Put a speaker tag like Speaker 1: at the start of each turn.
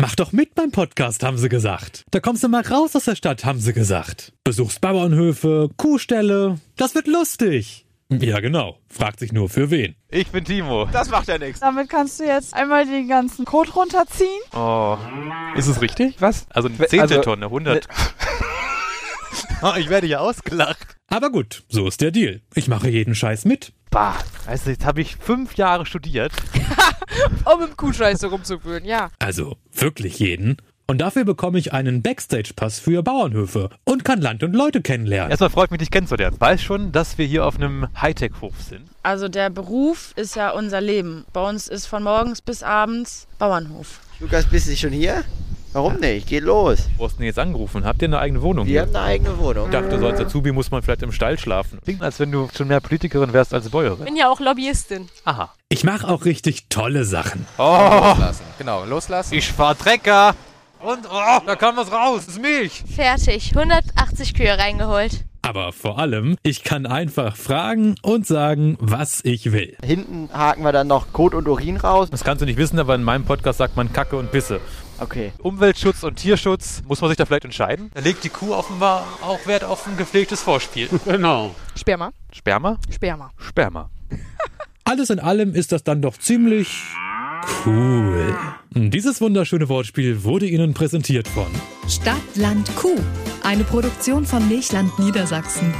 Speaker 1: Mach doch mit beim Podcast, haben sie gesagt. Da kommst du mal raus aus der Stadt, haben sie gesagt. Besuchst Bauernhöfe, Kuhställe. Das wird lustig. Ja, genau. Fragt sich nur für wen.
Speaker 2: Ich bin Timo.
Speaker 3: Das macht ja nichts.
Speaker 4: Damit kannst du jetzt einmal den ganzen Kot runterziehen.
Speaker 2: Oh. Ist es richtig? Was? Also ne- eine Oh,
Speaker 3: We- also-
Speaker 2: Zehnteltonne, 100.
Speaker 3: Ich werde ja ausgelacht.
Speaker 1: Aber gut, so ist der Deal. Ich mache jeden Scheiß mit.
Speaker 2: Bah. Also jetzt habe ich fünf Jahre studiert.
Speaker 5: um im Kuhscheiß so rumzuwühlen, ja.
Speaker 1: Also wirklich jeden. Und dafür bekomme ich einen Backstage-Pass für Bauernhöfe und kann Land und Leute kennenlernen.
Speaker 2: Erstmal freut mich, dich kennenzulernen. Weiß schon, dass wir hier auf einem Hightech-Hof sind.
Speaker 6: Also der Beruf ist ja unser Leben. Bei uns ist von morgens bis abends Bauernhof.
Speaker 7: Lukas, bist du schon hier? Warum nicht? Geht los.
Speaker 2: Wo hast du denn jetzt angerufen? Habt ihr eine eigene Wohnung?
Speaker 7: Wir
Speaker 2: hier?
Speaker 7: haben eine eigene Wohnung.
Speaker 2: Ich dachte, so als Azubi muss man vielleicht im Stall schlafen. Klingt, als wenn du schon mehr Politikerin wärst als Bäuerin.
Speaker 8: bin ja auch Lobbyistin.
Speaker 2: Aha.
Speaker 1: Ich mache auch richtig tolle Sachen.
Speaker 2: Oh,
Speaker 3: Lassen. Genau, loslassen.
Speaker 2: ich fahr Trecker. Und, oh, da kam was raus. Das ist Milch.
Speaker 8: Fertig. 180 Kühe reingeholt.
Speaker 1: Aber vor allem, ich kann einfach fragen und sagen, was ich will.
Speaker 7: Hinten haken wir dann noch Kot und Urin raus.
Speaker 2: Das kannst du nicht wissen, aber in meinem Podcast sagt man Kacke und Pisse.
Speaker 7: Okay.
Speaker 2: Umweltschutz und Tierschutz, muss man sich da vielleicht entscheiden? Da legt die Kuh offenbar auch Wert auf ein gepflegtes Vorspiel.
Speaker 9: Genau.
Speaker 5: Sperma,
Speaker 2: Sperma?
Speaker 5: Sperma.
Speaker 2: Sperma.
Speaker 1: Alles in allem ist das dann doch ziemlich cool. Dieses wunderschöne Wortspiel wurde Ihnen präsentiert von
Speaker 10: Stadt, Land, Kuh. Eine Produktion von Milchland Niedersachsen.